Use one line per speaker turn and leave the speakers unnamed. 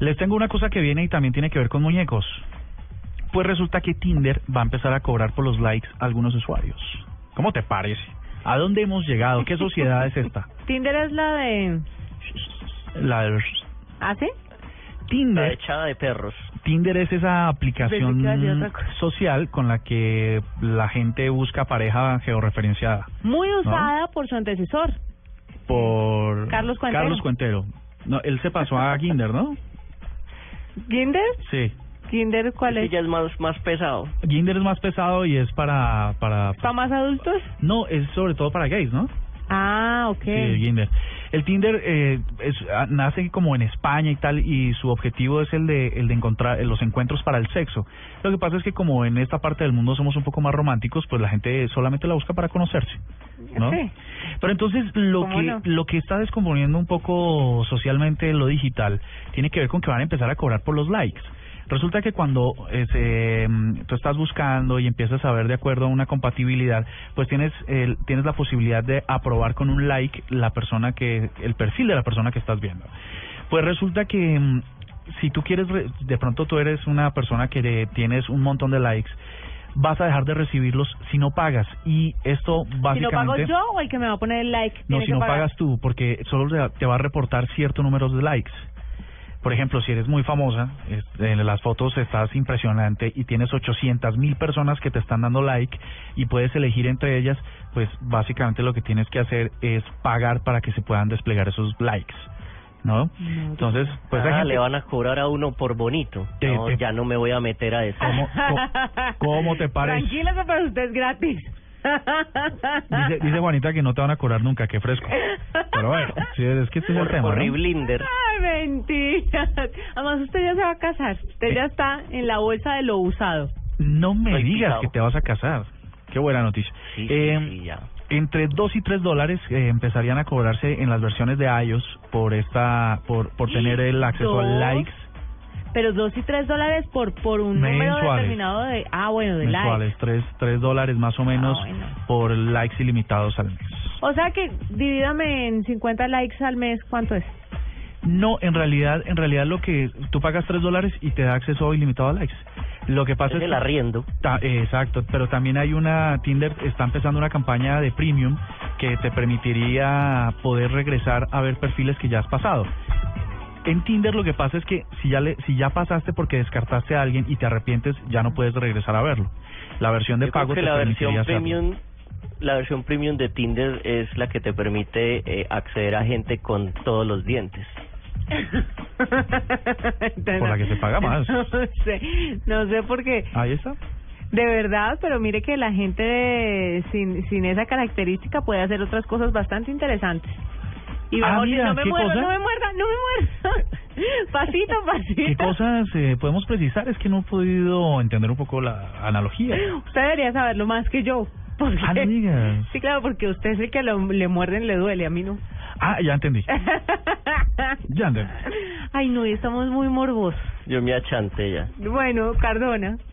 Les tengo una cosa que viene y también tiene que ver con muñecos. Pues resulta que Tinder va a empezar a cobrar por los likes a algunos usuarios. ¿Cómo te parece? ¿A dónde hemos llegado? ¿Qué sociedad es esta?
Tinder es la de...
La de-
¿Ah, sí?
La
Tinder,
echada de perros.
Tinder es esa
Pensé que hacía
aplicación
otra cosa.
social con la que la gente busca pareja georreferenciada.
Muy usada por su antecesor.
Por
Carlos Cuentero.
Carlos Cuentero. No, él se pasó a Tinder, ¿no?
¿Tinder?
Sí.
¿Tinder cuál
Ese
es?
ya
Ah,
es más, más pesado.
Tinder es más pesado y es para para
¿Para más adultos?
no es sobre todo para gays, ¿no?
Ah, ok.
Sí, el Tinder. El Tinder eh, es, ah, nace como en España y tal, y su objetivo es el de, el de encontrar eh, los encuentros para el sexo. Lo que pasa es que como en esta parte del mundo somos un poco más románticos, pues la gente solamente la busca para conocerse. ¿no?
Sí.
Pero entonces lo
¿Cómo
que
no?
lo que está descomponiendo un poco socialmente lo digital tiene que ver con que van a empezar a cobrar por los likes. Resulta que cuando eh, se, mm, tú estás buscando y empiezas a ver de acuerdo a una compatibilidad, pues tienes el- tienes la posibilidad de aprobar con un like la persona que el perfil de la persona que estás viendo. Pues resulta que mm, si tú quieres re- de pronto tú eres una persona que le- tienes un montón de likes, vas a dejar de recibirlos si no pagas y esto básicamente
Si lo pago yo o el que me va a poner el like.
no,
tiene
si
que
no
pagar?
pagas tú, porque solo te- te va a reportar cierto número de likes. Por ejemplo, si eres muy famosa, es- en las fotos estás impresionante y tienes 800 mil personas que te están dando like y puedes elegir entre ellas, pues básicamente lo que tienes que hacer es pagar para que se puedan desplegar esos likes, ¿no? Entonces, pues hay
ah,
gente-
le van a cobrar a uno por bonito.
Te-
no,
te-
ya no me voy a meter a eso.
¿Cómo, co- cómo te parece?
Tranquila que para usted es gratis.
Dice, dice Juanita que no te van a curar nunca, qué fresco. Pero bueno, sí, es que este es el
Por,
tema,
por
¿no?
Blinder.
Ay, mentiras. Además, usted ya se va a casar. Usted
Eh.
ya está en la bolsa de lo usado.
No me
Estoy
digas
picado.
que te vas a casar. Qué buena noticia.
Sí, sí,
Eh,
sí, ya.
Entre 2 y 3 dólares eh, empezarían a cobrarse en las versiones de iOS por esta por, por tener el acceso a
¿Dos?
likes
Pero dos y tres dólares por por un número
Mensuales.
determinado de... Ah, bueno, de likes. Ah,
mensuales, 3, dólares más o menos
bueno.
por likes ilimitados al mes.
O sea que divídame en 50 likes al mes, ¿cuánto es?
No, en realidad, en realidad lo que tú pagas 3 dólares y te da acceso ilimitado a likes. Lo que pasa es,
Es el
que-
arriendo.
Ta- eh, exacto, pero también hay una, Tinder está empezando una campaña de premium que te permitiría poder regresar a ver perfiles que ya has pasado. En Tinder lo que pasa es que si ya le, si ya pasaste porque descartaste a alguien y te arrepientes, ya no puedes regresar a verlo. La versión de
Yo creo
pago
que
te
la
permitiría
versión
hacerlo.
premium la versión premium de Tinder es la que te permite eh, acceder a gente con todos los dientes.
Por
la que se paga más.
No sé, no sé por qué.
Ahí está.
De verdad, pero mire que la gente de- sin, sin esa característica puede hacer otras cosas bastante interesantes. Y
Ah,
mejor,
mira,
no me
¿qué
muerda,
cosa?
no me muerda, no me muerda. pasito, pasito.
¿Qué cosas eh, podemos precisar? Es que no he podido entender un poco la analogía.
Usted debería saberlo más que yo. Porque...
Ah, no digas.
Sí, claro, porque usted es el que lo- le muerden, le duele, a mí no.
Ah, ya entendí. Ya entendí.
Ay, no, y estamos muy morbosos.
Yo me achante ya.
Bueno, Cardona.